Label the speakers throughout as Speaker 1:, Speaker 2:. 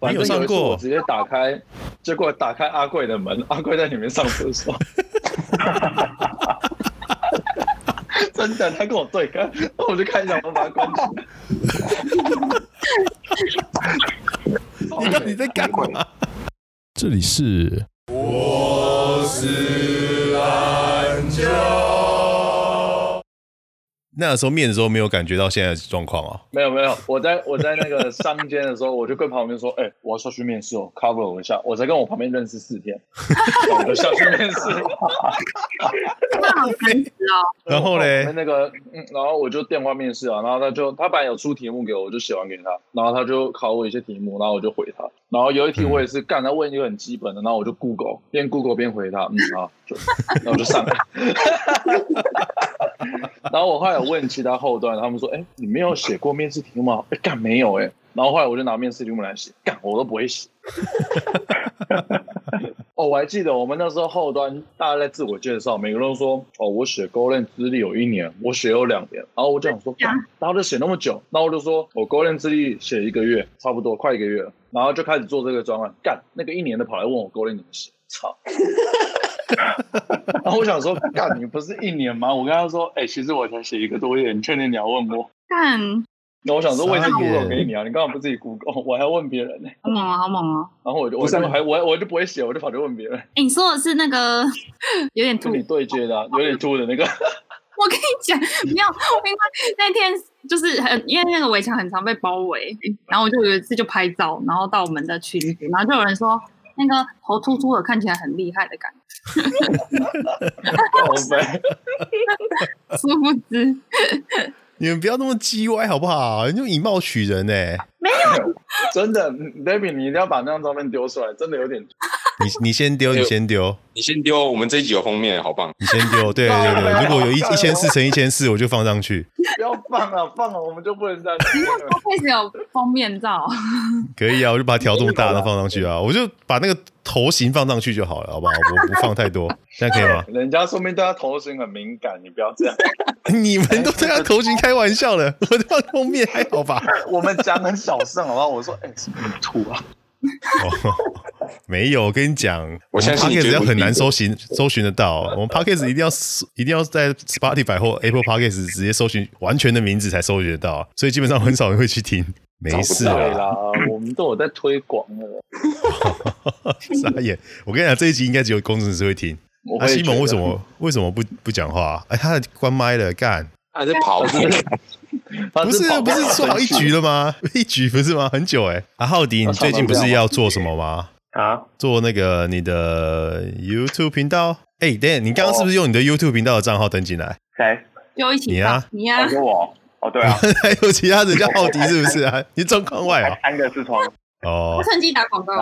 Speaker 1: 反正有一次
Speaker 2: 过
Speaker 1: 我直接打开，结果打开阿贵的门， 阿贵在里面上厕所。 真的，他跟我对干，那我就看一下，我把他关起来。
Speaker 2: 你到底在干嘛？ 这里是
Speaker 3: 那时候面的时候没有感觉到现在的状况哦。
Speaker 1: 没有没有，我在我在那个商间的时候，我就跟旁边说：“哎、我要下去面试哦，cover 我一下。”我才跟我旁边认识四天， 我就下去面试。
Speaker 4: 那好难死哦。
Speaker 3: 然后
Speaker 1: 嘞，
Speaker 3: 嘞，
Speaker 1: 那个，嗯，然后我就电话面试啊，然后他就他本来有出题目给我，我就写完给他，然后他就考我一些题目，然后我就回他。然后有一题
Speaker 3: 嗯
Speaker 1: 我也是干，他问一个很基本的，然后我就 Google 边 Google 边回他，嗯好，就然后我就上来。 然后我后来有问其他后端，他们说，哎、你没有写过面试题目吗？哎、干没有哎、然后后来我就拿面试题目来写，干我都不会写。哦，我还记得我们那时候后端大家在自我介绍，每个人都说哦，我写勾链资历有一年，我写有两年，然后我就想说，干大家都写那么久，那我就说我勾链资历写一个月，差不多快一个月了，然后就开始做这个专案，干那个一年的跑来问我勾链怎么写，操！然后我想说，干你不是一年吗？我跟他说，哎、其实我才写一个多月，你确定你要问我？
Speaker 4: 看，
Speaker 1: 那我想说，我也是
Speaker 3: 傻眼
Speaker 1: Google 给你啊，你干嘛不自己 Google？我还要问别人呢、
Speaker 4: 好猛哦，好猛哦！
Speaker 1: 然后我就我
Speaker 5: 不是
Speaker 1: 就
Speaker 5: 啊
Speaker 1: 还我我就不会写，我就跑去问别人，
Speaker 4: 哎，你说的是那个有点吐
Speaker 1: 跟你对接的、啊，有点秃的 那个。
Speaker 4: 我跟你讲，没有，因为那天就是很，因为那个围墙很常被包围，然后我就有一次就拍照，然后到我们的群组，然后就有人说那个头秃秃的看起来很厉害的感
Speaker 1: 靠背，
Speaker 4: 觉，殊不知
Speaker 3: 你们不要那么叽歪好不好？你就以貌取人欸呢、
Speaker 1: 真的，David，你一定要把那张照片丢出来，真的有点。
Speaker 3: 你你先丢，你先丢，
Speaker 5: 你先丢，我们这一集有封面，好棒！
Speaker 3: 你先 丢。对对对对，如果有一一千四乘一千四，我就放上去，
Speaker 1: 不要放了，放了我们就不 能再听了。
Speaker 4: 他确实有封面照，
Speaker 3: 可以啊，我就把它调这么大，然后放上去啊，我就把那个头型放上去就好了，好不好？我不放太多，这样可以吗？
Speaker 1: 人家说明对他头型很敏感，你不要这 样。
Speaker 3: 你们都对他头型开玩笑了， 我放封面还好吧？
Speaker 1: 我们讲很小声，好不好？我说，哎、是不是土 啊？
Speaker 3: 哦， 没有，我跟你讲，
Speaker 5: 我相信
Speaker 3: p
Speaker 5: 你
Speaker 3: o d c
Speaker 5: 绝
Speaker 3: a
Speaker 5: 对
Speaker 3: s
Speaker 5: 不
Speaker 3: 很难
Speaker 5: 是
Speaker 3: 搜寻搜寻得到，我们 p o d c a s 一定要一定要在 Spotify 或 Apple p o d c a s 直接搜寻完全的名字才搜寻得到，所以基本上很少人会去听。没事
Speaker 5: 找不
Speaker 1: 对
Speaker 3: 啊，
Speaker 1: 啦，我们都有在推广的。
Speaker 3: 傻眼！我跟你讲，这一集应该只有工程师会听。
Speaker 1: 我
Speaker 3: 那、
Speaker 1: 会
Speaker 3: 啊西蒙
Speaker 1: 觉
Speaker 3: 为什
Speaker 1: 得
Speaker 3: 么为什么不不讲话、哎，他关麦了，干！
Speaker 5: 他在跑，
Speaker 1: 他
Speaker 3: 不是啊
Speaker 1: 跑
Speaker 3: 不是
Speaker 1: 跑
Speaker 3: 说好一
Speaker 1: 生气
Speaker 3: 局了吗？ 一局不是吗？很久哎、啊，浩迪，你
Speaker 1: 那
Speaker 3: 最近不是要做什么吗？
Speaker 5: 啊，
Speaker 3: 做那个你的 YouTube 频道？哎、等一下，你刚刚是不是用你的 YouTube 频道的账号登进来？
Speaker 6: 谁？
Speaker 4: 就一起
Speaker 3: 你啊
Speaker 4: 照你呀、
Speaker 6: 哦，就我。哦， 对啊，
Speaker 3: 还有其他人叫奥迪是不是啊？ 你状况外啊？
Speaker 6: 三个视窗，
Speaker 3: 哦，
Speaker 4: 趁机打广告，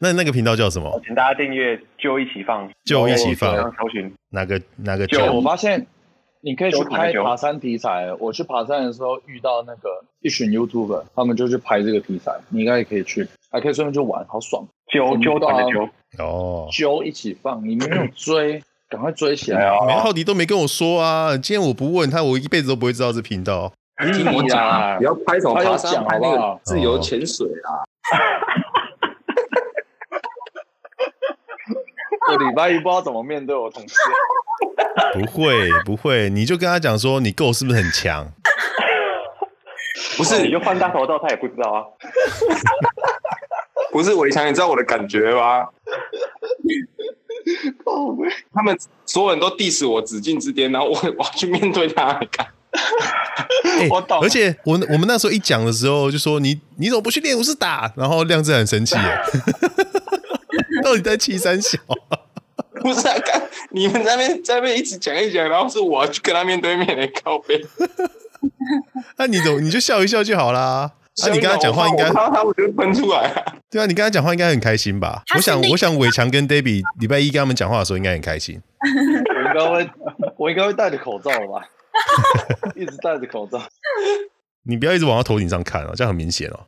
Speaker 3: 那那个频道叫什么？
Speaker 6: 请大家订阅，就一起放，
Speaker 3: 就一起放
Speaker 6: 然后搜寻。
Speaker 3: 哪个哪个
Speaker 1: 就
Speaker 3: 叫？
Speaker 1: 我发现，你可以去
Speaker 6: 纠缠
Speaker 1: 拍
Speaker 6: 的纠
Speaker 1: 爬山题材。我去爬山的时候遇到那个一群 YouTuber，他们就去拍这个题材，你应该也可以去，还可以顺便去玩，好爽。
Speaker 6: 揪揪团的揪，
Speaker 3: 哦，
Speaker 1: 揪一起放，你没有追，赶快追起
Speaker 6: 哎
Speaker 1: 来！
Speaker 3: 没
Speaker 6: 呦，
Speaker 3: 奥迪都没跟我说啊！今天我不问他，我一辈子都不会知道这频道。
Speaker 1: 你
Speaker 5: 听我讲啊，不要拍什么
Speaker 1: 他有
Speaker 5: 爬山，
Speaker 1: 讲
Speaker 5: 拍那
Speaker 1: 好不
Speaker 5: 个
Speaker 1: 好
Speaker 5: 自由潜水啊，
Speaker 1: 我礼拜一不知道怎么面对我同事，
Speaker 3: 不会不会，你就跟他讲说你够是不是很强？
Speaker 5: 不
Speaker 6: 你
Speaker 5: 是
Speaker 6: 就换大头照，他也不知道啊。
Speaker 5: 不是围墙，你知道我的感觉 吗？他们所有人都 diss 我紫禁之巅，然后我 我要去面对他，干
Speaker 3: 哎
Speaker 1: 我懂
Speaker 3: 而且我我们那时候一讲的时候就说你你怎么不去练武士打？然后亮子很生气耶，到底在气三小？
Speaker 5: 不是啊，干你们在那边在那边一直讲一讲，然后是我要去跟他面对面的靠背。
Speaker 3: 那、你怎么你就笑一笑就好啦。那、你跟他讲话应该
Speaker 5: 我看到他我就喷出来啊。
Speaker 3: 对啊，你跟他讲话应该很开心吧？
Speaker 4: 他
Speaker 3: 我
Speaker 4: 是
Speaker 3: 想，
Speaker 4: 那
Speaker 3: 我想伟强跟 Debbie 礼拜一跟他们讲话的时候应该很开心。
Speaker 1: 我应该会，我应该会戴着口罩 吧，一直戴着口罩。
Speaker 3: 你不要一直往他头顶上看哦，这样很明显哦。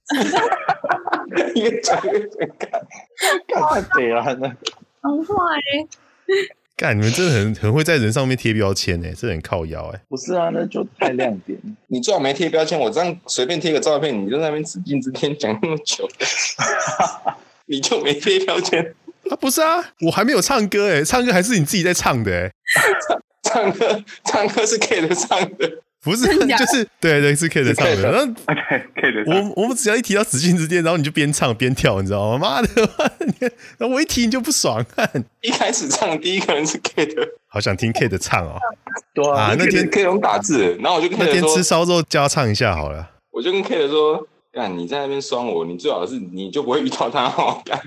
Speaker 5: 一个讲一个讲，
Speaker 6: 啊
Speaker 1: 干太北了，
Speaker 4: 很坏、
Speaker 3: 干，你们真的很很会在人上面贴标签哎，这很靠腰哎、
Speaker 1: 不是啊，那就太亮点。
Speaker 5: 你最好没贴标签，我这样随便贴个照片，你就在那边指定之天讲那么久， 你就没贴标签，
Speaker 3: 啊，不是啊，我还没有唱歌哎、唱歌还是你自己在唱的哎、
Speaker 5: 唱歌唱歌是 K 的唱的，
Speaker 3: 不是，
Speaker 4: 真假
Speaker 3: 就是对对是 K 的唱的。
Speaker 5: 是 K 的
Speaker 3: 然后
Speaker 6: 对，可以的。
Speaker 3: 我我们只要一提到紫禁之巅，然后你就边唱边跳，你知道吗？妈的， 然后我一提你就不爽， 看
Speaker 5: 一开始唱第一个人是 K 的，
Speaker 3: 好想听 K 的唱哦。
Speaker 1: 对
Speaker 3: 啊
Speaker 1: 啊，
Speaker 3: 那天
Speaker 5: K 龙打字，然后我就跟
Speaker 3: 那
Speaker 5: K
Speaker 3: 天
Speaker 5: 的
Speaker 3: 吃
Speaker 5: 说，
Speaker 3: 烧肉叫他唱一下好了。
Speaker 5: 我就跟 K 的说，干你在那边酸我，你最好是你就不会遇到他哦，干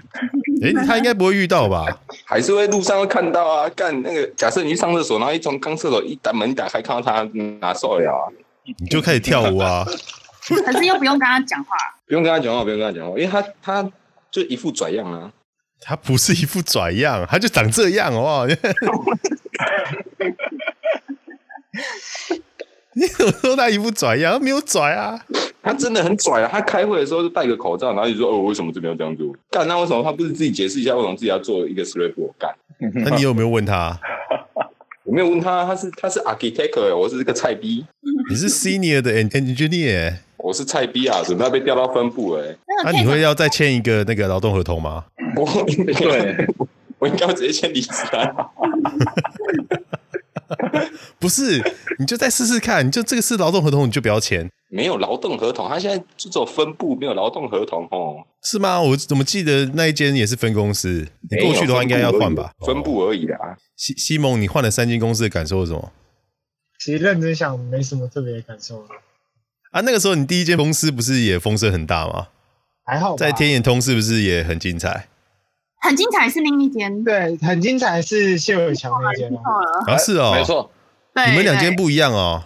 Speaker 3: 诶，他应该不会遇到吧？
Speaker 5: 还是会路上会看到啊，干那个假设你去上厕所，然后一从刚厕所一打门一打开看到他，哪受得了啊？
Speaker 3: 你就开始跳舞啊！
Speaker 4: 可是又不用跟他讲话，
Speaker 5: 不用跟他讲话，不用跟他讲话，因为他他就一副拽样啊。
Speaker 3: 他不是一副拽样，他就长这样，好不好？ 你怎么说他一副拽样？他没有拽啊！
Speaker 5: 他真的很拽啊！他开会的时候就戴个口罩，然后就说：“哦，为什么这边要这样做？干，那为什么他不是自己解释一下为什么自己要做一个 slave？我干，
Speaker 3: 那你有没有问他？
Speaker 5: 我没有问他，他是他是 architect，欸我是这个菜逼，
Speaker 3: 你是 senior 的 en- engineer，
Speaker 5: 我是菜逼啊，准备要被调到分部了欸。
Speaker 3: 那、
Speaker 4: 那个
Speaker 3: 啊你
Speaker 4: K
Speaker 3: 会要再签一个那个劳动合同吗？
Speaker 5: 我
Speaker 1: 对，
Speaker 5: 我应该直接先离职啊！
Speaker 3: 不是，你就再试试看，你就这个是劳动合同，你就不要签，
Speaker 5: 没有劳动合同，他现在就只有分部，没有劳动合同哦。
Speaker 3: 是吗？我怎么记得那一间也是分公司？你过去的话应该要换吧？哦
Speaker 5: 分部而已啊啦。
Speaker 3: 西西蒙，你换了三间公司的感受是什么？
Speaker 7: 其实认真想，没什么特别的感受，
Speaker 3: 啊，那个时候你第一间公司不是也风声很大吗？
Speaker 7: 还好吧。
Speaker 3: 在天眼通是不是也很精彩？
Speaker 4: 很精彩是另一间，
Speaker 7: 对，很精彩是谢伟强那间
Speaker 4: 错
Speaker 7: 啊，
Speaker 4: 了，
Speaker 3: 啊，是哦，
Speaker 1: 没，错，
Speaker 4: 对，
Speaker 3: 你们两间
Speaker 4: 对
Speaker 3: 不一样哦。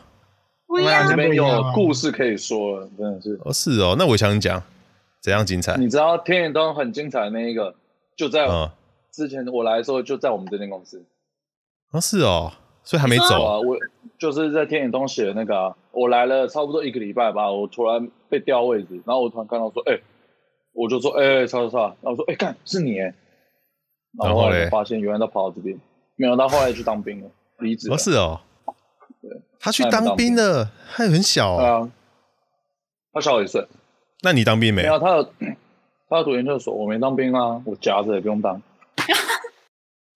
Speaker 4: 不一样啊
Speaker 7: 我们
Speaker 1: 这
Speaker 7: 两间
Speaker 1: 边有故事可以说了，真的是。
Speaker 3: 哦，是哦，那我想讲怎样精彩？
Speaker 1: 你知道天眼通很精彩的那一个，就在
Speaker 3: 嗯，
Speaker 1: 之前我来的时候，就在我们这间公司。
Speaker 3: 哦，是哦，所以还没
Speaker 1: 我
Speaker 3: 走，
Speaker 1: 啊，我就是在天眼通写的那个、啊，我来了差不多一个礼拜吧，我突然被调位置，然后我突然看到说，哎、我就说，哎、超超超，然后我说，哎、干是你哎，然
Speaker 3: 然
Speaker 1: 后
Speaker 3: 后
Speaker 1: 后
Speaker 3: 嘞
Speaker 1: 来就发现原来他跑到这边，没有，他后来去当兵了，离职了，
Speaker 3: 哦，是哦，他去
Speaker 1: 他还没
Speaker 3: 当
Speaker 1: 当
Speaker 3: 兵
Speaker 1: 兵
Speaker 3: 了，他很小
Speaker 1: 对
Speaker 3: 哦。
Speaker 1: 啊，他小我一岁，
Speaker 3: 那你当兵没
Speaker 1: 没有，他有他有读研究所，我没当兵啊，我夹着也不用当，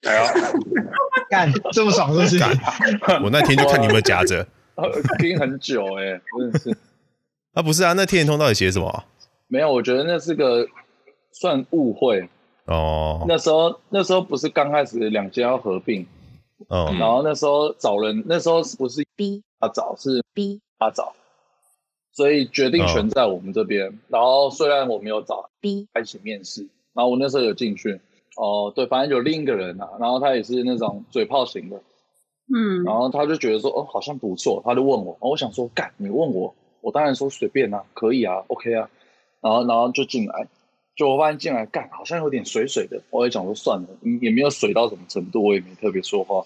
Speaker 6: 哎呀，
Speaker 7: 干这么爽是不是？
Speaker 3: 我那天就看你有没有夹 着。
Speaker 1: 兵很久哎、 真的是。
Speaker 3: 啊，不是啊，那天眼通到底写什么啊？
Speaker 1: 没有，我觉得那是个算误会。
Speaker 3: 哦，
Speaker 1: 那时候那时候不是刚开始两间要合并，
Speaker 3: 哦，
Speaker 1: 然后那时候找人，那时候不是
Speaker 8: B
Speaker 1: 他找是
Speaker 8: B
Speaker 1: 他找，所以决定权在我们这边。然后虽然我没有找，
Speaker 8: B
Speaker 1: 开始面试，然后我那时候有进去。哦，对，反正有另一个人啊，然后他也是那种嘴炮型的，
Speaker 4: 嗯，
Speaker 1: 然后他就觉得说，哦，好像不错，他就问我，哦、我想说，干，你问我，我当然说随便啊，可以啊，OK 啊，然后然后就进来，就我发现进来干好像有点水水的，我也想说算了，嗯也没有水到什么程度，我也没特别说话。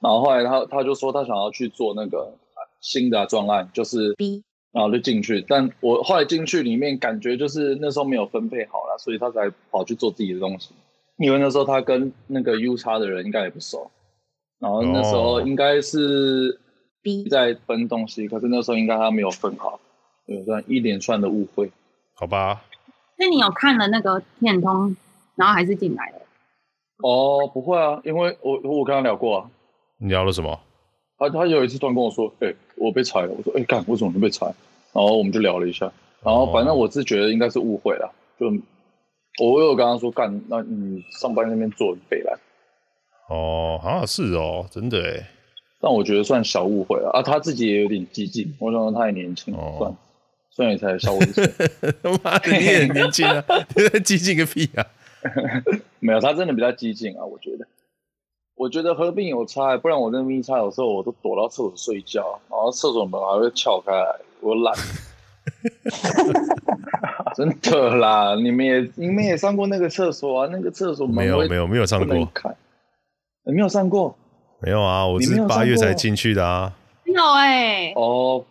Speaker 1: 然后后来他他就说他想要去做那个啊新的啊专案，就是
Speaker 8: 哔，
Speaker 1: 然后就进去，但我后来进去里面感觉就是那时候没有分配好了，所以他才跑去做自己的东西。因为那时候他跟那个 U 叉的人应该也不熟，然后那时候
Speaker 3: 哦
Speaker 1: 应该是
Speaker 8: B
Speaker 1: 在分东西，可是那时候应该他没有分好，有这样一连串的误会。
Speaker 3: 好吧，
Speaker 4: 那你有看了那个天眼通，然后还是进来了，
Speaker 1: 哦，不会啊，因为我我跟他聊过啊，
Speaker 3: 你聊了什么？
Speaker 1: 他他有一次突然跟我说，哎、我被裁了，我说，哎、干，为什么你被裁？然后我们就聊了一下，然后反正我是觉得应该是误会了，就我有跟他说，干，那你上班那边做很北来，
Speaker 3: 哦，啊，是哦，真的哎，
Speaker 1: 但我觉得算小误会了啊，他自己也有点激进，我想说他也年轻，
Speaker 3: 哦
Speaker 1: 算了，虽然也才小我一岁，
Speaker 3: 他 妈的，你也很年轻啊，你在激进个屁啊！
Speaker 1: 没有，他真的比较激进啊，我觉得。我觉得合并有差、不然我跟咪差有时候我都躲到厕所睡觉，然后厕所门还会撬开来，我 懒。真的啦，你们也你们也上过那个厕所啊？那个厕所门
Speaker 3: 没有
Speaker 1: 会
Speaker 3: 没有没有上
Speaker 1: 不能
Speaker 3: 过，
Speaker 1: 开，你没有上过
Speaker 3: 没有啊，我
Speaker 1: 你没
Speaker 3: 是
Speaker 1: 有上
Speaker 3: 八月
Speaker 1: 过
Speaker 3: 才进去的啊。
Speaker 4: 没有哎，
Speaker 1: 哦。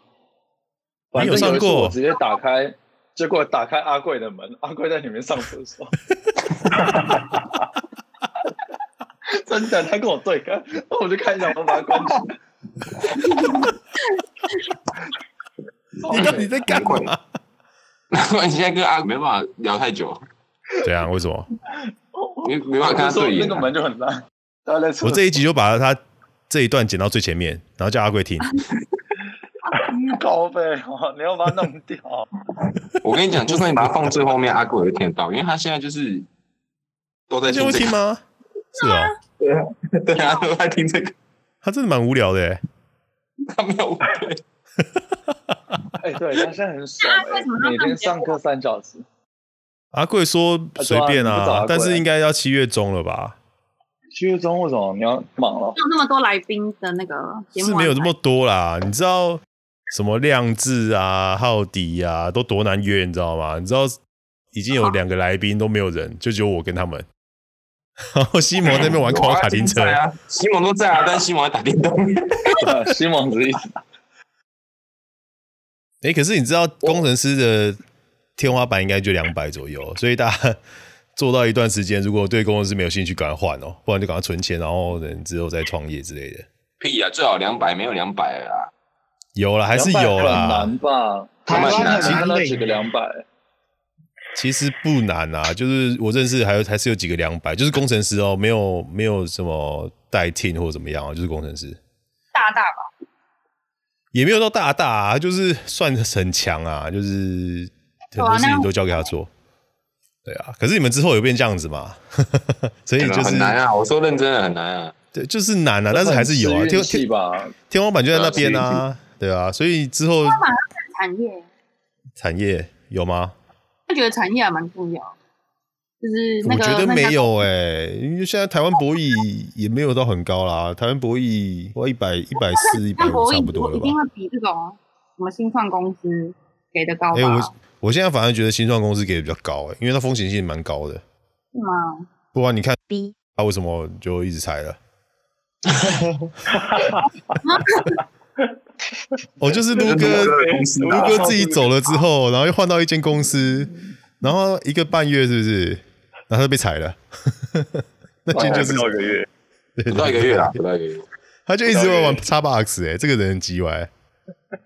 Speaker 1: 反
Speaker 3: 你
Speaker 1: 正
Speaker 3: 有上
Speaker 1: 一次
Speaker 3: 过
Speaker 1: 我直接打开，结果打开 阿贵的门，阿贵在里面上厕所。 真的，他跟我对干，然后我就看一下，我把他关起 来。
Speaker 2: 你到底在干嘛？
Speaker 5: 难 怪你现在跟阿没办法聊太久，
Speaker 3: 对啊，为什么？
Speaker 5: 没没办法
Speaker 1: 那
Speaker 5: 跟他
Speaker 1: 时候
Speaker 5: 对
Speaker 1: 那
Speaker 5: 眼
Speaker 1: 个
Speaker 5: 啊。
Speaker 1: 门就很烂，大家在厕
Speaker 3: 我这一集就把他这一段剪到最前面，然后叫阿贵 听。
Speaker 1: 高飞哦， 你要把它弄掉。
Speaker 5: 我跟你讲，就算你把它放最后面，阿贵也会听得到，因为他现在就是都在
Speaker 3: 他现在会
Speaker 5: 听这
Speaker 3: 听
Speaker 5: 个，
Speaker 3: 吗？是
Speaker 1: 啊
Speaker 3: 哦，
Speaker 5: 对啊，都在听这个，
Speaker 3: 他真的蛮无聊的欸。
Speaker 5: 他没有对。
Speaker 1: 哎，对，他现在很爽
Speaker 4: 那为
Speaker 1: 哎
Speaker 4: 什么，要
Speaker 1: 每天上课三小时。
Speaker 3: 阿贵说随便
Speaker 1: 啊对啊你不找阿
Speaker 3: 啊
Speaker 1: 贵，
Speaker 3: 但是应该要七月中了吧？
Speaker 1: 七月中为什么你要忙 了？
Speaker 4: 有那么多来宾的那个节目
Speaker 3: 是没有
Speaker 4: 安
Speaker 3: 这
Speaker 4: 排
Speaker 3: 么多啦。你知道什么亮智啊、浩迪啊，都多难约，你知道吗？你知道已经
Speaker 1: 啊
Speaker 3: 有两个来宾都没有人，就只有我跟 他们。然后西蒙在那边玩卡卡丁车，
Speaker 5: 有啊在啊，西蒙都在啊，但西蒙在打电动。
Speaker 1: 西蒙子一直
Speaker 3: 哎、可是你知道工程师的天花板应该就两百左右，所以大家做到一段时间，如果对工程师没有兴趣，赶快换哦，不然就赶快存钱，然后等之后再创业之类的。
Speaker 5: 屁啊，最好两百，没有两百啦。
Speaker 3: 有啦，还是有
Speaker 1: 很
Speaker 3: 啦，
Speaker 1: 难吧？
Speaker 7: 台
Speaker 5: 湾很
Speaker 1: 其
Speaker 7: 难
Speaker 1: 那
Speaker 7: 领
Speaker 1: 几个两百，
Speaker 3: 其实不难啊，就是我认识还有还是有几个两百，就是工程师哦，没有没有什么代替或怎么样啊，就是工程师
Speaker 4: 大大吧？
Speaker 3: 也没有到大大、啊，就是算很强啊，就是很多事情都交给他做。对啊，可是你们之后有变这样子嘛？ 所以就是
Speaker 5: 很难啊，我说认真的很难啊。
Speaker 3: 对，就是难啊，但是还是有啊，
Speaker 1: 天
Speaker 3: 天
Speaker 1: 气
Speaker 3: 天
Speaker 1: 吧，
Speaker 3: 天花板就在那边啊，对啊，所以之后
Speaker 4: 产业，
Speaker 3: 产业有吗？
Speaker 4: 他觉得产业还蛮重要，就是
Speaker 3: 我
Speaker 4: 那个
Speaker 3: 觉得
Speaker 4: 那家
Speaker 3: 没有哎、因为现在台湾博弈也没有到很高啦，台湾博弈我一百一百四一百
Speaker 4: 但
Speaker 3: 五
Speaker 4: 博
Speaker 3: 差
Speaker 4: 弈
Speaker 3: 不多了
Speaker 4: 一
Speaker 3: 吧
Speaker 4: 定？会比这种什么新创公司给的高吧？
Speaker 3: 哎、我我现在反而觉得新创公司给的比较高哎、因为它风险性蛮高的，
Speaker 4: 是 吗？
Speaker 3: 不然你看
Speaker 8: B
Speaker 3: 它为什么就一直裁了？ 我哦就是撸哥，卢哥自己走了之后，然后又换到一间公司，然后一个半月是不是？然后他被裁了， 那间就是
Speaker 6: 不到一个月，
Speaker 3: 对
Speaker 5: 不到一个月啦，啊不到一个月。
Speaker 3: 他就一直玩玩 Xbox 哎、这个人很鸡歪，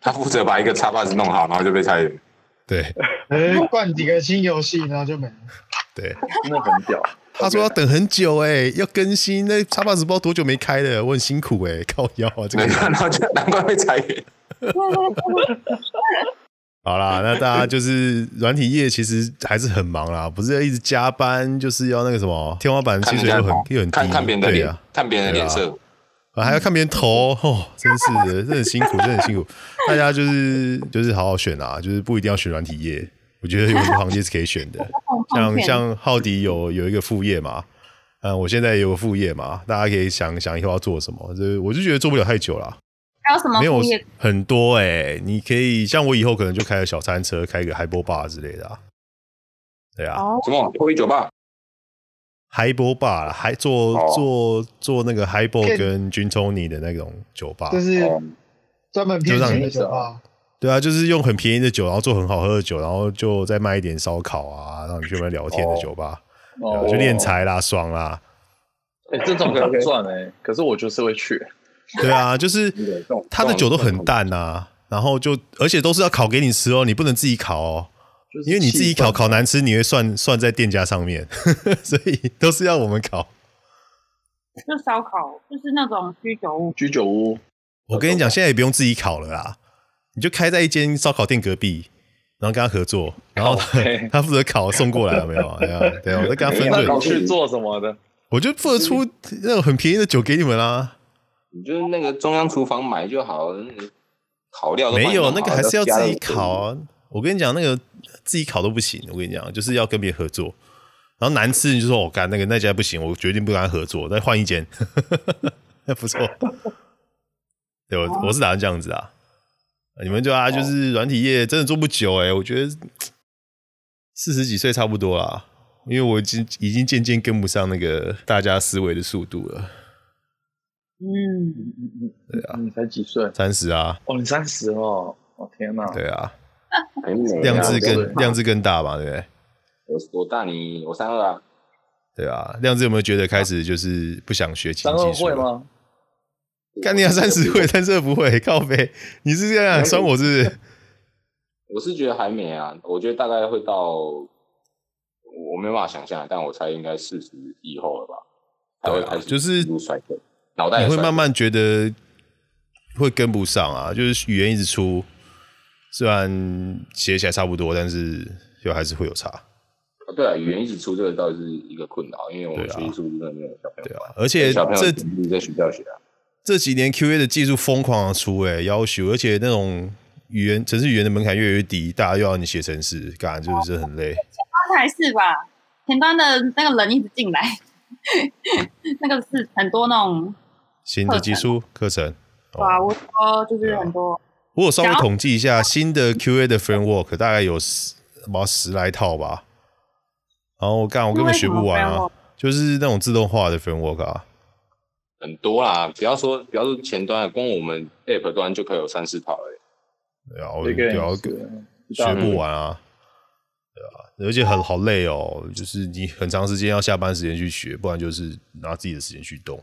Speaker 5: 他负责把一个叉 box 弄好，然后就被裁员。
Speaker 3: 对
Speaker 7: 呃灌几个新游戏，然后就没了。
Speaker 3: 对。
Speaker 1: 真的很屌。
Speaker 3: 他说要等很久哎、要更新那 Xbox 不知道多久没开了，我很辛苦哎、 靠腰啊这个
Speaker 5: 对，。 然后就难怪被裁员。
Speaker 3: 好啦，那大家就是软体业其实还是很忙啦，不是要一直加班，就是要那个什么天花板
Speaker 5: 看
Speaker 3: 薪
Speaker 5: 人
Speaker 3: 水
Speaker 5: 家
Speaker 3: 又
Speaker 5: 的
Speaker 3: 很
Speaker 5: 头
Speaker 3: 又很低，
Speaker 5: 看看别人的
Speaker 3: 对
Speaker 5: 脸
Speaker 3: 啊，，
Speaker 5: 看别人的脸
Speaker 3: 对啊
Speaker 5: 色。
Speaker 3: 啊，还要看别人投 哦，真是的，这很辛苦，真的很辛苦。大家就是就是好好选啊，就是不一定要选软体业，我觉得有很多行业是可以选的。
Speaker 4: 啊
Speaker 3: 像像浩迪有有一个副业嘛，嗯，我现在也有个副业嘛，大家可以想想以后要做什么。就是我就觉得做不了太久啦，
Speaker 4: 还有什么
Speaker 3: 没有
Speaker 4: 副业？
Speaker 3: 很多哎、你可以像我以后可能就开个小餐车，开个 h i b o bar 之类的啊。对啊
Speaker 8: 哦，
Speaker 5: 什么脱衣酒吧？
Speaker 3: h i b o bar 啦还做、
Speaker 6: 哦
Speaker 3: 做做那个 h i b o
Speaker 7: 骗
Speaker 3: 跟 Gin Tony 的那种酒吧，
Speaker 7: 就是专门骗
Speaker 3: 就让
Speaker 7: 钱
Speaker 3: 你
Speaker 7: 的酒吧，
Speaker 3: 对啊，就是用很便宜的酒，然后做很好喝的酒，然后就再卖一点烧烤啊，让你去那边聊天的酒吧，对啊
Speaker 1: 哦，
Speaker 3: 就练财啦，爽啦，
Speaker 1: 哎，这种很赚哎，可是我就是会去。
Speaker 3: 对啊，就是他的酒都很淡啊，然后就而且都是要烤给你吃哦，你不能自己烤哦，
Speaker 1: 就是
Speaker 3: 因为你自己烤
Speaker 1: 气氛
Speaker 3: 烤难吃，你会算算在店家上面， 所以都是要我们烤。
Speaker 4: 就烧烤，就是那种居酒屋。
Speaker 1: 居酒屋，
Speaker 3: 我跟你
Speaker 1: 哦
Speaker 3: 讲，现在也不用自己烤了啦，你就开在一间烧烤店隔壁，然后跟他合作，然后他
Speaker 1: 靠北
Speaker 3: 他负责烤送过来有没有？哎呀，对啊，我在跟他分
Speaker 1: 那
Speaker 3: 润。
Speaker 1: 你去做什么的？
Speaker 3: 我就付得出那种很便宜的酒给你们啦、
Speaker 5: 你就是那个中央厨房买就好了，那个烤料都买
Speaker 3: 没有
Speaker 5: 好
Speaker 3: 那个还是要
Speaker 5: 加
Speaker 3: 自己
Speaker 5: 热
Speaker 3: 烤啊。我跟你讲，那个自己烤都不行。我跟你讲，就是要跟别人合作。然后难吃你就说我哦干、那个那家不行，我决定不跟他合作，再换一间。 那不错，对我我是打算这样子啊。你们就啊，就是软体业真的做不久哎、我觉得四十几岁差不多啦，因为我已经已经渐渐跟不上那个大家思维的速度了。
Speaker 4: 嗯，
Speaker 1: 嗯嗯嗯，
Speaker 3: 对啊，
Speaker 1: 你才几岁？
Speaker 3: 三十啊，
Speaker 1: 哦，你三十哦，哦天哪！
Speaker 3: 对啊，
Speaker 5: 哎你
Speaker 3: 量质
Speaker 5: 你
Speaker 1: 跟
Speaker 5: 要
Speaker 3: 更量质更大嘛，对不对？
Speaker 5: 我我大你，我三二啊，
Speaker 3: 对吧？亮子有没有觉得开始就是不想学琴
Speaker 1: 三
Speaker 3: 技
Speaker 1: 二
Speaker 3: 术
Speaker 1: 会
Speaker 3: 了？
Speaker 1: 吗？
Speaker 3: 干你啊，三十 会，三十二不会，靠背，你是这样酸我是不是？
Speaker 5: 我是觉得还没啊，我觉得大概会到，我没办法想象，但我猜应该四十以后了吧，才会
Speaker 3: 对啊
Speaker 5: 开始
Speaker 3: 就是
Speaker 5: 一路衰退，脑袋也
Speaker 3: 你会
Speaker 5: 衰退
Speaker 3: 慢慢觉得会跟不上啊，就是语言一直出，虽然写起来差不多，但是就还是会有差，
Speaker 5: 啊对啊，语言一直出这个倒是一个困扰，因为我们
Speaker 3: 对啊
Speaker 5: 学习速度真的没有小朋友
Speaker 3: 对
Speaker 5: 快，
Speaker 3: 啊。而且
Speaker 5: 小朋友
Speaker 3: 这
Speaker 5: 全部在学校学啊，
Speaker 3: 这几年 Q A 的技术疯狂的出、欸，要求，而且那种语言城市语言的门槛越来越低，大家又要你写程式，干就是很累。
Speaker 4: 刚才是吧？前端的那个人一直进来， 那个是很多那种
Speaker 3: 新的技术课程，
Speaker 4: 对啊，
Speaker 3: 哦
Speaker 4: 我说就是很多，
Speaker 3: 我有稍微统计一下新的 Q A 的 framework，大概有十，毛十来套吧。然后我干，我根本学不完
Speaker 4: 那为什
Speaker 3: 啊
Speaker 4: 么 framework？，
Speaker 3: 就是那种自动化的 framework 啊。
Speaker 5: 很多啦，不要说不要说前端啊了，光我们 App 端就可以有三四套了欸。
Speaker 3: 对啊，我
Speaker 1: 这个
Speaker 3: 对
Speaker 1: 人
Speaker 3: 啊我
Speaker 1: 是
Speaker 3: 学不完啊，对啊，而且很好累哦，就是你很长时间要下班时间去学，不然就是拿自己的时间去动。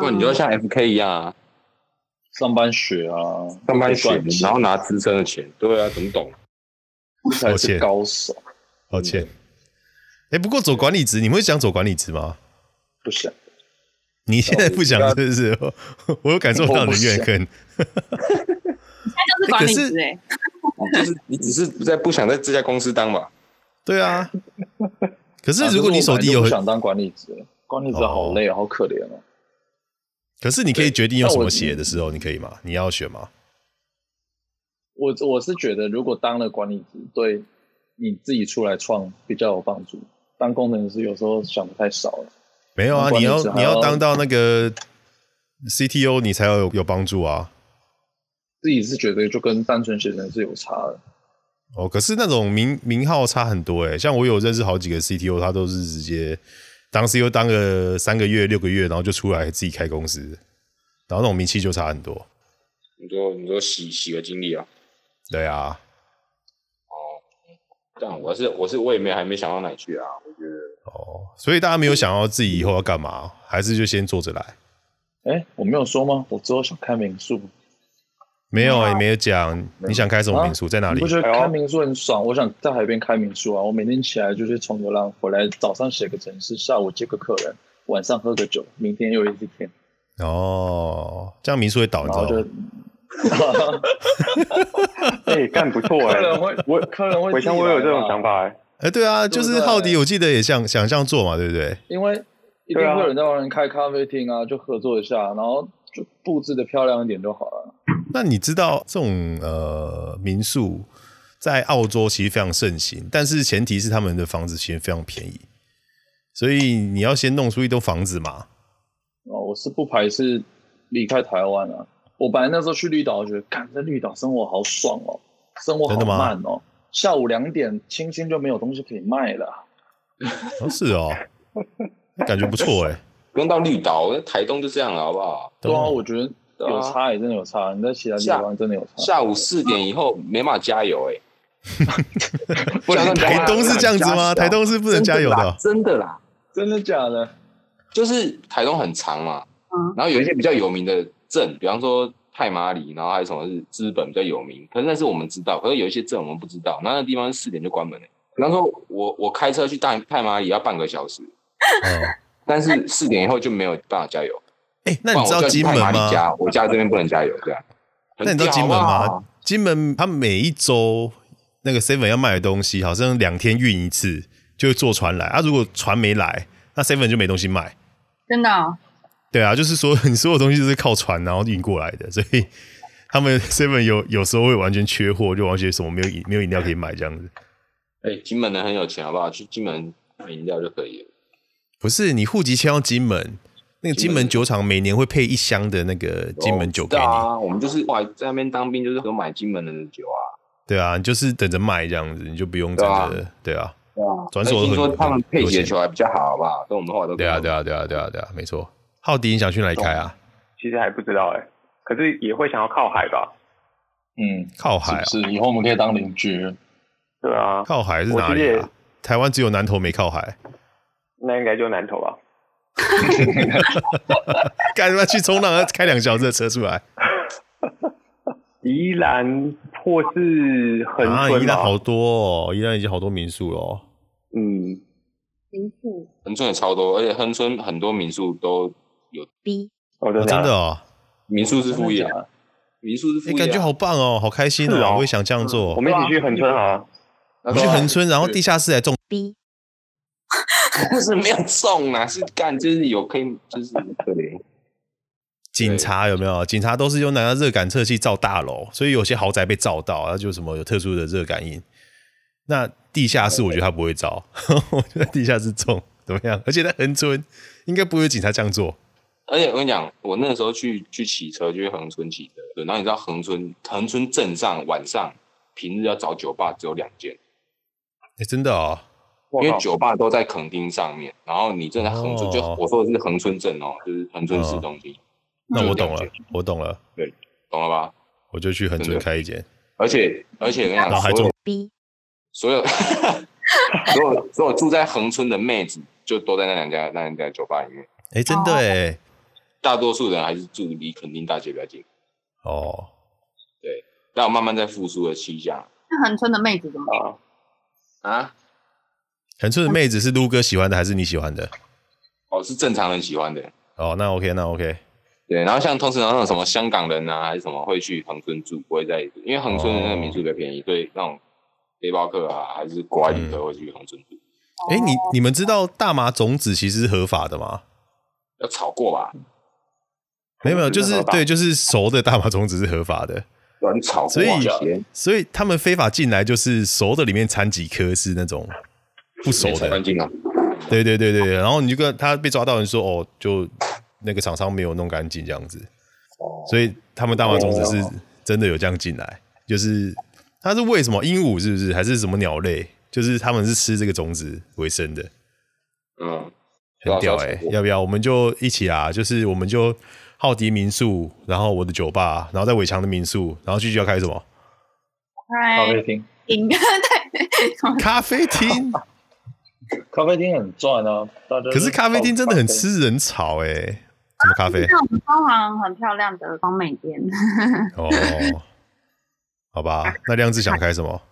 Speaker 5: 不然你就要像 FK 一样啊，
Speaker 1: 上班学啊，
Speaker 5: 上班学
Speaker 1: 赚，钱
Speaker 5: 然后拿支撑的钱。对啊，怎么懂？
Speaker 1: 这才是高手。
Speaker 3: 抱
Speaker 1: 嗯
Speaker 3: 歉，哎，不过走管理职，你们会想走管理职吗？
Speaker 1: 不想，
Speaker 3: 你现在不想
Speaker 1: 我
Speaker 3: 是不是？我我有感受到你的怨恨。
Speaker 4: 那就
Speaker 3: 欸可
Speaker 4: 是管理职
Speaker 3: 是
Speaker 4: 哎、欸，
Speaker 5: 就是 你只是在不想在这家公司当吧？
Speaker 3: 对啊，可是
Speaker 1: 啊
Speaker 3: 如果你手底
Speaker 1: 可是我本来就
Speaker 3: 有
Speaker 1: 不，想当管理职了，管理职好累，好可怜哦。
Speaker 3: 可是你可以决定用什
Speaker 1: 但
Speaker 3: 么
Speaker 1: 我
Speaker 3: 写的时候，你可以吗？你要选吗？
Speaker 1: 我我是觉得，如果当了管理职，对你自己出来创比较有帮助。当工程师有时候想的太少了。
Speaker 3: 没有啊，
Speaker 1: 管
Speaker 3: 你
Speaker 1: 理
Speaker 3: 要
Speaker 1: 职还
Speaker 3: 你
Speaker 1: 要
Speaker 3: 要当到那个 CTO，你才要有有帮助啊。
Speaker 1: 自己是觉得就跟单纯写程是有差的，
Speaker 3: 哦，可是那种名名号差很多哎、像我有认识好几个 CTO，他都是直接当 CTO 当个三个月、六个月，然后就出来自己开公司，然后那种名气就差很多。
Speaker 5: 你说你说洗洗个经历啊？
Speaker 3: 对啊，
Speaker 5: 但我是我是我也没还没想到哪里去啊。我觉得
Speaker 3: 哦，所以大家没有想到自己以后要干嘛，还是就先做着来。
Speaker 1: 哎、我没有说吗？我之后想开民宿，
Speaker 3: 没有哎、没有讲你想开什么民宿，在哪
Speaker 1: 啊你
Speaker 3: 里
Speaker 1: 不？觉得
Speaker 6: 哎呦
Speaker 1: 开民宿很爽？我想在海边开民宿啊！我每天起来就去冲个浪，回来早上写个程式，下午接个客人，晚上喝个酒，明天又一天，
Speaker 3: 哦，这样民宿会倒，你
Speaker 1: 然
Speaker 3: 知道
Speaker 1: 后就
Speaker 3: 吗？
Speaker 6: 哎，干不错
Speaker 1: 客
Speaker 6: 哎，
Speaker 1: 人会我客人会
Speaker 6: 我像我有这种想
Speaker 1: 法，
Speaker 6: 法哎，
Speaker 3: 哎、对啊，就
Speaker 1: 对
Speaker 3: 是
Speaker 1: 对
Speaker 3: 浩迪，我记得也想想这样做嘛，对不对？
Speaker 1: 因为一定
Speaker 6: 对啊
Speaker 1: 会有人在外面开咖啡厅啊，就合作一下，然后就布置的漂亮一点就好了。
Speaker 3: 那你知道这种呃民宿在澳洲其实非常盛行，但是前提是他们的房子其实非常便宜，所以你要先弄出一栋房子嘛。
Speaker 1: 哦，我是不排斥离开台湾啊。我本来那时候去绿岛，我觉得干在绿岛生活好爽哦，生活好
Speaker 3: 真的吗
Speaker 1: 慢哦。下午两点，清新就没有东西可以卖了。
Speaker 3: 哦，是哦，感觉不错哎、
Speaker 5: 不用到绿岛，那台东就这样了，好不好？
Speaker 1: 对
Speaker 3: 懂
Speaker 1: 啊，
Speaker 3: 了
Speaker 1: 我觉得
Speaker 5: 对啊
Speaker 1: 有差，欸也真的有差。你在其他地方真的有差。
Speaker 5: 下午四点以后没办法加 油哎、不然
Speaker 3: 台东是这样子吗？台东是不能加油的哦、
Speaker 5: 啊真的啦，
Speaker 1: 真的假的？
Speaker 5: 就是台东很长嘛，
Speaker 4: 嗯
Speaker 5: 然后有一些比较有名的镇，比方说太麻里，然后还有什么是资本比较有名，可是那是我们知道，可是有一些镇我们不知道，那那地方四点就关门了、比方说我我开车去大太麻里要半个小时，
Speaker 3: 嗯
Speaker 5: 但是四点以后就没有办法加油。
Speaker 3: 哎、那你知道
Speaker 5: 不然我叫
Speaker 3: 金门
Speaker 5: 太麻里
Speaker 3: 吗？
Speaker 5: 加，我家这边不能加油，这样。
Speaker 3: 那你知道金门
Speaker 5: 很屌好啊不好
Speaker 3: 吗？？金门它每一周那个 Seven 要卖的东西，好像两天运一次，就会坐船来。啊，如果船没来，那 Seven 就没东西卖。
Speaker 4: 真的哦、
Speaker 3: 对啊，就是说 你所有东西都是靠船然后运过来的，所以他们 Seven 有有时候会完全缺货，就完全什么没有饮没有饮料可以买这样子。
Speaker 5: 哎、金门人很有钱，好不好？去金门买饮料就可以了。
Speaker 3: 不是你户籍迁到金门，那个金门酒厂每年会配一箱的那个金门酒给
Speaker 5: 哦对
Speaker 3: 你，
Speaker 5: 啊，我们就是后来在那边当兵，就是都买金门人的酒啊。
Speaker 3: 对啊，你就是等着卖这样子，你就不用真
Speaker 5: 对啊
Speaker 3: 的对啊，
Speaker 5: 对啊，
Speaker 3: 转手
Speaker 5: 而且听
Speaker 3: 很
Speaker 5: 说他们配
Speaker 3: 很多
Speaker 5: 起的
Speaker 3: 钱
Speaker 5: 球还比较好，好不好？所以我们后来都
Speaker 3: 对啊，对
Speaker 5: 啊。
Speaker 3: 啊，对啊，对啊，对啊，没错。浩迪，你想去哪里开啊？
Speaker 6: 其实还不知道哎，可是也会想要靠海吧？
Speaker 1: 嗯，
Speaker 3: 靠
Speaker 1: 是
Speaker 3: 海
Speaker 1: 不
Speaker 3: 啊，
Speaker 1: 是？以后我们可以当邻居。
Speaker 6: 对啊，
Speaker 3: 靠海是哪里
Speaker 6: 我觉得
Speaker 3: 啊
Speaker 6: 也？
Speaker 3: 台湾只有南投没靠海，
Speaker 6: 那应该就南投吧。
Speaker 3: 干他妈去冲浪，开两个小时的车出来
Speaker 6: 宜兰或是恒
Speaker 3: 啊！
Speaker 6: 春
Speaker 3: 宜
Speaker 6: 吧
Speaker 3: 兰好多、哦，宜兰已经好多民宿了、哦。
Speaker 6: 嗯，
Speaker 8: 民宿
Speaker 5: 恒春也超多，而且恒春很多民宿都
Speaker 8: B
Speaker 6: 哦，真
Speaker 3: 哦、
Speaker 6: 的假
Speaker 3: 真
Speaker 6: 的
Speaker 3: 的哦，
Speaker 5: 民宿是副业啊，民宿是
Speaker 3: 哎、
Speaker 5: 副业啊，
Speaker 3: 感觉好棒哦，好开心
Speaker 6: 是
Speaker 3: 哦，
Speaker 6: 哦
Speaker 3: 我也想这样做。
Speaker 6: 我们一起去恒春好啊。
Speaker 3: 我们
Speaker 5: 那对啊。
Speaker 3: 去恒春，然后地下室来种，
Speaker 8: B
Speaker 5: 不 是没有送啊，是干就是有可以就是
Speaker 1: 啊
Speaker 5: 对，
Speaker 3: 警察有没有？警察都是用拿热感测器照大楼，所以有些豪宅被照到，然后就什么有特殊的热感应。那地下室我觉得他不会照， 我觉得地下室种怎么样？而且在恒春应该不会有警察这样做。
Speaker 5: 而且我跟你讲，我那时候去去骑车，就去恒春骑车，对，然后你知道恒春恒春镇上晚上平日要找酒吧只有两间，
Speaker 3: 哎、真的哦，
Speaker 6: 我
Speaker 5: 因为
Speaker 6: 靠，
Speaker 5: 酒吧都在垦丁上面，然后你正在恒春，
Speaker 3: 哦
Speaker 5: 就我说的是恒春镇哦，就是恒春市中心，
Speaker 3: 那我
Speaker 5: 就
Speaker 3: 懂了
Speaker 5: 两间，
Speaker 3: 我懂了，
Speaker 5: 懂了吧？
Speaker 3: 我就去恒
Speaker 5: 真
Speaker 3: 春
Speaker 5: 的啊
Speaker 3: 开一间，
Speaker 5: 而且而且我跟你
Speaker 3: 然后还
Speaker 5: 讲，
Speaker 3: 种
Speaker 8: ，B
Speaker 5: 所有 所有所有所有住在恒春的妹子就都在那两家那两家酒吧里面，
Speaker 3: 哎、真的哎、
Speaker 5: 大多数人还是住离垦丁大街比较近。
Speaker 3: 哦，
Speaker 5: 但我慢慢在复苏的迹象
Speaker 4: 那恒春的妹子怎么办？
Speaker 5: 啊，
Speaker 3: 恒春的妹子是撸哥喜欢的还是你喜欢的？
Speaker 5: 哦，是正常人喜欢的。
Speaker 3: 哦，那 OK，那 OK，
Speaker 5: 对，然后像通常那种什么香港人啊，还是什么会去恒春住，不会在，因为恒春的那个民宿比较便宜，所以那种背包客啊，还是国外旅客会去恒春住。
Speaker 3: 哎、你你们知道大麻种子其实是合法的吗？
Speaker 5: 要炒过吧？
Speaker 3: 没有没有，
Speaker 6: 种子
Speaker 3: 就是是
Speaker 6: 合法
Speaker 3: 对，就是熟的大麻种子是合法的，
Speaker 5: 软炒过
Speaker 3: 所以
Speaker 5: 啊，
Speaker 3: 所以他们非法进来就是熟的里面掺几颗是那种不熟
Speaker 5: 炒干
Speaker 3: 的，
Speaker 5: 净啊。
Speaker 3: 对对对对，然后你就跟他被抓到，你说哦，就那个厂商没有弄干净这样子，所以他们大麻种子
Speaker 5: 哦
Speaker 3: 是真的有这样进来，就是它是为什么鹦鹉是不是还是什么鸟类？就是他们是吃这个种子为生的，
Speaker 5: 嗯，
Speaker 3: 很屌哎、
Speaker 5: 对啊是要炒过
Speaker 3: 要不要？我们就一起啊，就是我们就浩迪民宿，然后我的酒吧，然后在伟强的民宿，然后继续要开什么
Speaker 5: 啊
Speaker 1: 咖啡
Speaker 4: 开
Speaker 1: 厅，
Speaker 4: 饮 对，什么
Speaker 3: 咖啡厅？
Speaker 1: 咖啡厅很赚啊，大家
Speaker 3: 可是咖啡厅真的很吃人潮哎、什么咖 啡？
Speaker 4: 那我们装潢很漂亮的方美店，
Speaker 3: 哦，好吧，那亮志想开什么？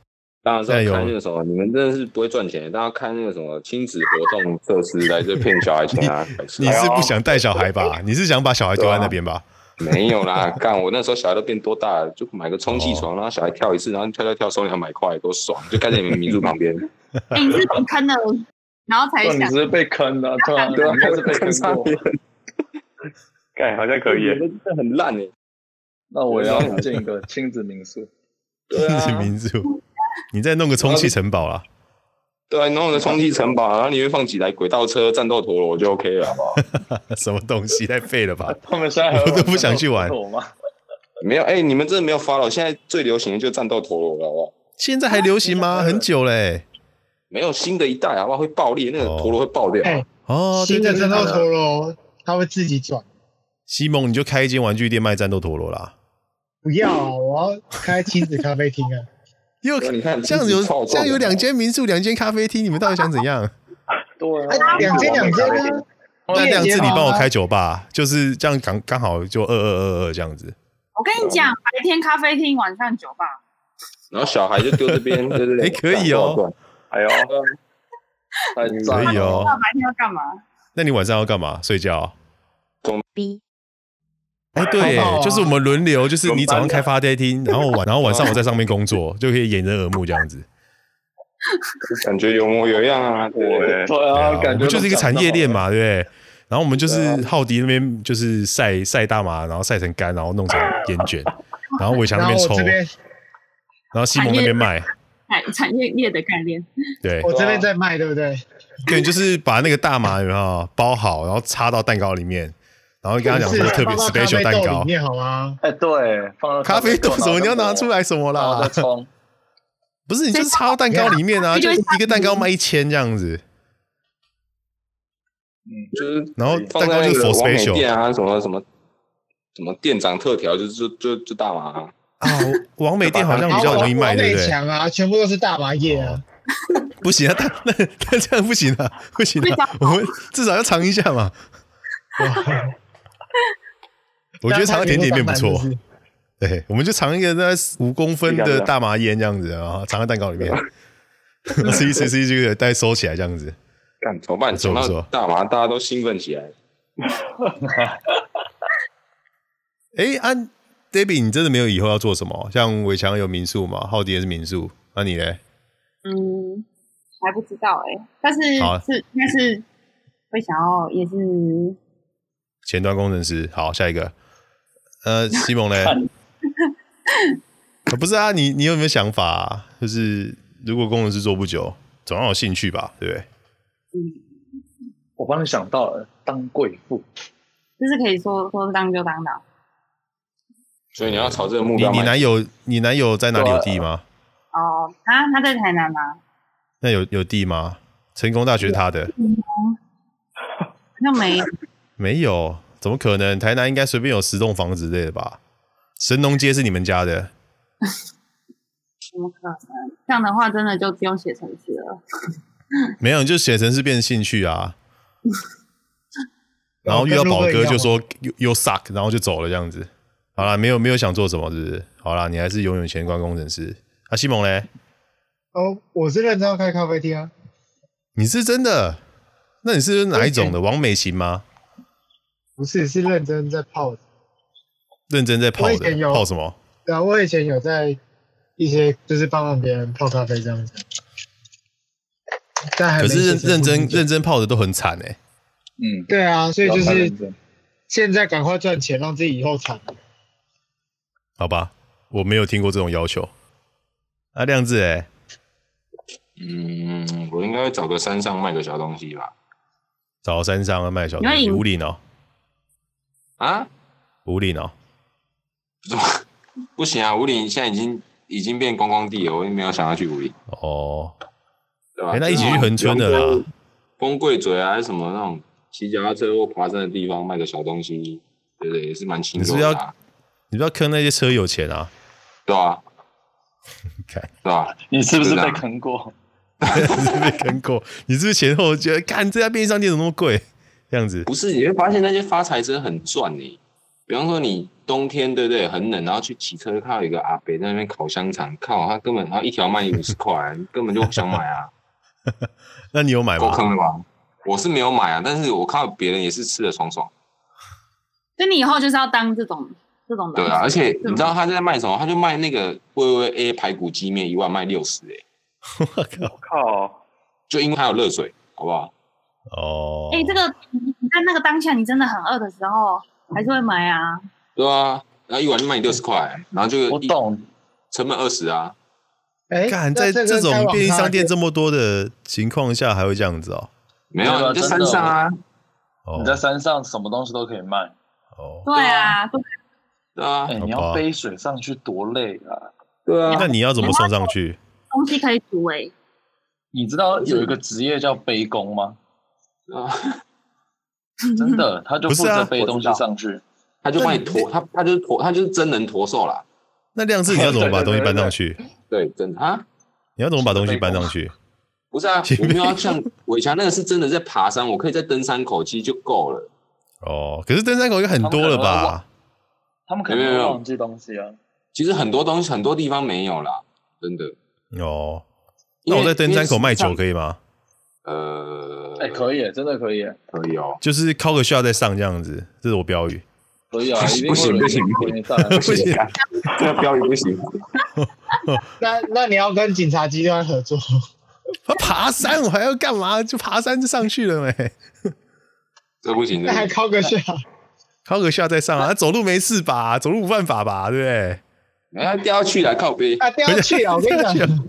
Speaker 5: 当然是
Speaker 3: 现在
Speaker 5: 要
Speaker 3: 有
Speaker 5: 看那个什么，你们真的是不会赚钱，当然看那个什么亲子活动设施来这骗小孩钱啊！白 痴
Speaker 3: 你
Speaker 5: 啊
Speaker 3: 是不想带小孩吧？你是想把小孩丢在那边吧？
Speaker 5: 没有啦，干我那时候小孩都变多大了，就买个充气床，让小孩跳一次，然后跳跳跳收两百块，多爽！就盖在你们民宿旁 边，
Speaker 4: 哎你是被坑的， 然后才
Speaker 1: 对啊你
Speaker 4: 想
Speaker 1: 只是被坑的、啊，对啊，对啊，应该是被坑过。
Speaker 6: 干好像可以耶。
Speaker 5: 真的很烂哎。
Speaker 1: 那我也要建一个亲子民宿，对
Speaker 3: 是
Speaker 1: 啊，
Speaker 3: 民宿，你再弄个充气城堡啦。
Speaker 5: 对啊，你弄个充气城堡，然后里面放几台轨道车、战斗陀螺就 OK 了，好不好？
Speaker 3: 什么东西太废了吧？
Speaker 1: 他们现在还有
Speaker 3: 我都不想去玩
Speaker 1: 我吗？
Speaker 5: 没有，哎、你们真的没有 follow，现在最流行的就是战斗陀螺了，好不好？
Speaker 3: 现在还流行吗？很久嘞、
Speaker 5: 没有新的一代，好不好？会爆裂，那个陀螺会爆掉。
Speaker 7: 哎
Speaker 3: 哦，对
Speaker 7: 新
Speaker 3: 对
Speaker 7: 的
Speaker 3: 对
Speaker 7: 战
Speaker 3: 对，
Speaker 7: 斗陀螺它会自己转，
Speaker 3: 西蒙你就开一间玩具店卖战斗陀螺啦。
Speaker 7: 不要，啊我要开亲子咖啡厅啊！
Speaker 3: 又
Speaker 5: 对你看
Speaker 3: 这样有
Speaker 5: 自己操纵
Speaker 3: 这样有两间民宿，两间咖啡厅，你们到底想怎样？
Speaker 1: 对
Speaker 7: 哎
Speaker 1: 啊，
Speaker 7: 两间两间啊，
Speaker 3: 哦那
Speaker 7: 夜
Speaker 3: 亮
Speaker 7: 间
Speaker 3: 子，你
Speaker 7: 好
Speaker 3: 帮我
Speaker 7: 吗
Speaker 3: 开酒吧，就是这样刚刚好就二二二二这样子。
Speaker 4: 我跟你讲，白天咖啡厅，晚上酒吧，
Speaker 5: 然后小孩就丢 这边，对对对，
Speaker 3: 哎可以哦
Speaker 5: 干。
Speaker 6: 哎呦，
Speaker 1: 太赞
Speaker 4: 哎
Speaker 3: 可以
Speaker 1: 了，
Speaker 3: 哦
Speaker 4: 那白天要干嘛？
Speaker 3: 那你晚上要干嘛？睡觉？
Speaker 8: B
Speaker 3: 哎，对
Speaker 7: 好好，啊
Speaker 3: 就是我们轮流，就是你早上开发呆厅，然后 晚然后晚上我在上面工作，就可以掩人耳目这样子。
Speaker 5: 感觉有模有样啊，对对对
Speaker 1: 对
Speaker 6: 对
Speaker 3: 对
Speaker 1: 啊
Speaker 3: 啊，
Speaker 1: 感
Speaker 3: 我
Speaker 1: 觉
Speaker 3: 们就是一个产业链嘛，对不对？然后我们就
Speaker 1: 对
Speaker 3: 是
Speaker 1: 啊
Speaker 3: 浩迪那边就是晒晒大麻，然后晒成干，然后弄成烟 卷，然后伟强那
Speaker 7: 然后
Speaker 3: 边抽
Speaker 7: 我，这边
Speaker 3: 然后西蒙那边卖，
Speaker 4: 哎，产业链的概念，
Speaker 3: 对
Speaker 7: 我这边在卖，对不对？
Speaker 3: 对，就是把那个大麻有没有包好，然后插到蛋糕里面，然后跟他讲
Speaker 7: 是
Speaker 3: 说特别
Speaker 7: 放到咖
Speaker 3: special
Speaker 7: 啡
Speaker 3: 蛋
Speaker 7: 豆
Speaker 3: 糕
Speaker 7: 里，面好吗？
Speaker 1: 哎，对，放到
Speaker 3: 咖啡豆什么你要拿出
Speaker 1: 来
Speaker 3: 来什么
Speaker 1: 然后
Speaker 3: 啦
Speaker 1: 再？冲，
Speaker 3: 不是，你就是插到蛋糕里面啊，就
Speaker 4: 对啊
Speaker 3: 一个蛋糕卖一千这样子，
Speaker 1: 嗯，
Speaker 5: 就是
Speaker 3: 然后
Speaker 5: 放
Speaker 3: 蛋糕就
Speaker 5: 在那
Speaker 3: 是
Speaker 5: 个
Speaker 3: for
Speaker 5: 王美
Speaker 3: special
Speaker 5: 店啊，什么什么什么店长特调，就是就就就大麻、啊。
Speaker 3: 啊，王美店好像
Speaker 7: 然
Speaker 3: 比
Speaker 7: 后
Speaker 3: 较容易卖，
Speaker 7: 王
Speaker 3: 对
Speaker 7: 美
Speaker 3: 不对？
Speaker 7: 强啊，全部都是大麻叶啊，
Speaker 3: 不行 啊，他那他这样不行啊，不行
Speaker 4: 不
Speaker 3: 啊
Speaker 4: 行，
Speaker 3: 我们至少要尝一下嘛。
Speaker 7: 哇
Speaker 3: 我觉得尝个甜点面不 错
Speaker 7: 当，然
Speaker 3: 对，我们就尝一个那五公分的大麻烟这样子啊，藏在蛋糕里面，
Speaker 5: 啊
Speaker 3: 吃一吃吃一吃，大概收起来这样子。
Speaker 5: 干怎么办？
Speaker 3: 不错
Speaker 5: 讲
Speaker 3: 不错
Speaker 5: 到大麻，大家都兴奋起来。
Speaker 3: 哎，安、Debbie，你真的没有以后要做什么？像伟强有民宿嘛，浩迪也是民宿，那你嘞？
Speaker 4: 嗯，还不知道哎、但是
Speaker 3: 好啊
Speaker 4: 是但是会想要也是
Speaker 3: 前端工程师，好，下一个，呃，西蒙嘞？
Speaker 1: 看
Speaker 3: 呃不是啊，你你有没有想法啊、就是如果工程师做不久，总要有兴趣吧，对不对？
Speaker 1: 我帮你想到了，当贵妇，
Speaker 4: 就是可以说说当就当的啊，
Speaker 5: 所以你要朝这个目
Speaker 3: 你
Speaker 5: 标
Speaker 3: 你
Speaker 5: 迈进。
Speaker 3: 男友你男友在哪里有地吗？
Speaker 4: 哦，他他在台南啊吗？
Speaker 3: 那有有地吗？成功大学他的
Speaker 4: 好像没有，
Speaker 3: 没有？怎么可能？台南应该随便有十栋房子之类的吧？神农街是你们家的，
Speaker 4: 怎么可能？这样的话，真的就不用写程序了。
Speaker 3: 没有你就写成是变兴趣 啊。然
Speaker 7: 哦
Speaker 3: 后遇到宝哥就说 “you you suck”，然后就走了这样子。好啦，没有没有想做什么，是不是？好啦，你还是永远前关工程师。啊，西蒙嘞，
Speaker 7: 哦，我是认真要开咖啡厅啊，
Speaker 3: 你是真的？那你是哪一种的？王美琴吗？
Speaker 7: 不是是认真在泡的。
Speaker 3: 认真在泡
Speaker 7: 我以
Speaker 3: 的
Speaker 7: 前，有
Speaker 3: 泡什么？
Speaker 7: 对啊，我以前有在一些就是帮忙别人泡咖啡这样子，但还
Speaker 3: 可
Speaker 7: 没
Speaker 3: 是认
Speaker 7: 学
Speaker 3: 认真
Speaker 7: 生不久
Speaker 3: 认真泡的都很惨哎、
Speaker 1: 嗯，
Speaker 7: 对啊，所以就
Speaker 1: 不要太
Speaker 7: 是
Speaker 1: 认真
Speaker 7: 现在赶快赚钱，让自己以后惨。
Speaker 3: 好吧，我没有听过这种要求。啊，亮子哎、
Speaker 5: 嗯，我应该会找个山上卖个小东西吧。
Speaker 3: 找山上啊卖小东
Speaker 4: 你
Speaker 3: 西，
Speaker 4: 会赢
Speaker 3: 五岭哦，
Speaker 5: 啊，
Speaker 3: 五岭哦，
Speaker 5: 不行啊，五岭现在已经已经变观光地了，我也没有想要去五岭，
Speaker 3: 哦，
Speaker 5: 对吧？
Speaker 3: 哎、那一起去恒春的啦，
Speaker 5: 风贵嘴啊，还是什么那种骑脚踏车或爬山的地方卖个小东西，对不对？也是蛮轻
Speaker 3: 你是
Speaker 5: 松
Speaker 3: 不是
Speaker 5: 的、
Speaker 3: 要
Speaker 5: 啊，
Speaker 3: 你不要坑那些车友钱啊，
Speaker 5: 对吧、
Speaker 3: 看
Speaker 5: 对吧？
Speaker 1: 你是不是
Speaker 5: 真的
Speaker 1: 被
Speaker 5: 啊
Speaker 1: 坑过？
Speaker 3: 你是不是被坑过，你是不是前后觉得，看这家便利商店怎么那么贵，这样子
Speaker 5: 不是，你会发现那些发财车很赚你、比方说你冬天对不对很冷，然后去骑车看到有一个阿伯在那边烤香肠，靠他根本他一条卖你五十块， 你根本就不想买啊，
Speaker 3: 那你有买
Speaker 5: 够
Speaker 3: 吗？
Speaker 5: 坑了吧？我是没有买啊，但是我看到别人也是吃的爽爽，
Speaker 4: 就你以后就是要当这种这种人，
Speaker 5: 对啊，而且你知
Speaker 4: 是吗
Speaker 5: 道他在卖什么？他就卖那个微微 A 排骨鸡面一碗卖六十，哎，
Speaker 3: 我靠，
Speaker 6: 靠，
Speaker 5: 就因为它有热水，好不好？
Speaker 3: 哦，
Speaker 4: 哎、这个你你在那个当下，你真的很饿的时候，还是会买啊。
Speaker 5: 对啊，然后一碗就卖你六十块，然后就
Speaker 1: 我
Speaker 5: 一
Speaker 1: 懂，
Speaker 5: 成本二十啊，
Speaker 7: 哎，
Speaker 3: 干
Speaker 7: 那
Speaker 3: 在
Speaker 7: 这跟
Speaker 3: 这
Speaker 7: 开
Speaker 3: 种
Speaker 7: 网
Speaker 3: 便利商店
Speaker 7: 咖
Speaker 3: 这么多的情况下还会这样子哦，
Speaker 5: 没有
Speaker 1: 对啊
Speaker 5: 啊，你在
Speaker 1: 真
Speaker 5: 山
Speaker 1: 的
Speaker 5: 上啊，
Speaker 3: 哦
Speaker 1: 你在山上什么东西都可以卖。
Speaker 3: 哦，
Speaker 4: 对啊，对
Speaker 5: 对啊
Speaker 1: 哎，，
Speaker 3: 吧
Speaker 1: 你要背水上去多累啊！
Speaker 5: 对啊，
Speaker 3: 那你要怎么送上去？
Speaker 4: 东西可以煮哎、
Speaker 1: 你知道有一个职业叫背工吗？
Speaker 5: 对啊
Speaker 1: 真的，他就
Speaker 3: 不
Speaker 1: 负
Speaker 3: 是啊
Speaker 1: 责背东西上去。
Speaker 5: 他就帮你驮，他他就是驮，他就是真人驮兽啦。
Speaker 3: 那亮子你要怎么把东西搬上 去？
Speaker 5: 对，真的啊，
Speaker 3: 你要怎么把东西搬上去？
Speaker 5: 不是啊
Speaker 3: 前，
Speaker 5: 我
Speaker 3: 面
Speaker 5: 没有要像伟强那个是真的在爬山，我可以在登山口其实就够了。
Speaker 3: 哦，可是登山口应该很多了吧？
Speaker 1: 他们可能
Speaker 5: 没有没
Speaker 1: 会
Speaker 5: 有
Speaker 1: 忘记东西啊。
Speaker 5: 其实很多东西很多地方没有啦，真的。
Speaker 3: 哦，
Speaker 5: 因
Speaker 3: 那
Speaker 5: 为
Speaker 3: 我在登山口卖酒
Speaker 5: 以？
Speaker 3: 可以吗？
Speaker 5: 呃，
Speaker 1: 哎，可以耶，真的可以耶，
Speaker 5: 可以哦。
Speaker 3: 就是敲个 shot 再上这样子，这是我标语。
Speaker 1: 可以啊，
Speaker 5: 不
Speaker 1: 一
Speaker 5: 行
Speaker 1: 定会有人
Speaker 5: 不行不行
Speaker 1: 愿意上来。
Speaker 3: 不行，
Speaker 5: 这个标语不行。
Speaker 7: 那那你要跟警察机关 合作，
Speaker 3: 他爬山我还要干嘛？就爬山就上去了哎没？
Speaker 5: 这不行，
Speaker 7: 那还
Speaker 5: 这
Speaker 7: 靠个下，
Speaker 3: 敲个 shot 再上啊！走路没事吧？走路不犯法吧？对不对？
Speaker 5: 然后哎掉下去了，靠背。
Speaker 7: 啊，不要去啊！我跟你讲，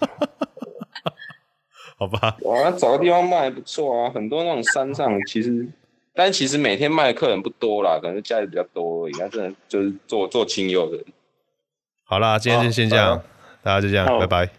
Speaker 3: 好吧，
Speaker 5: 哇，找个地方卖还不错啊，很多那种山上其实，但其实每天卖的客人不多啦，可能家里比较多而已。他真的就是做做亲友的，
Speaker 3: 好啦，今天就先这样，大家就这样，
Speaker 6: 好
Speaker 3: 拜拜。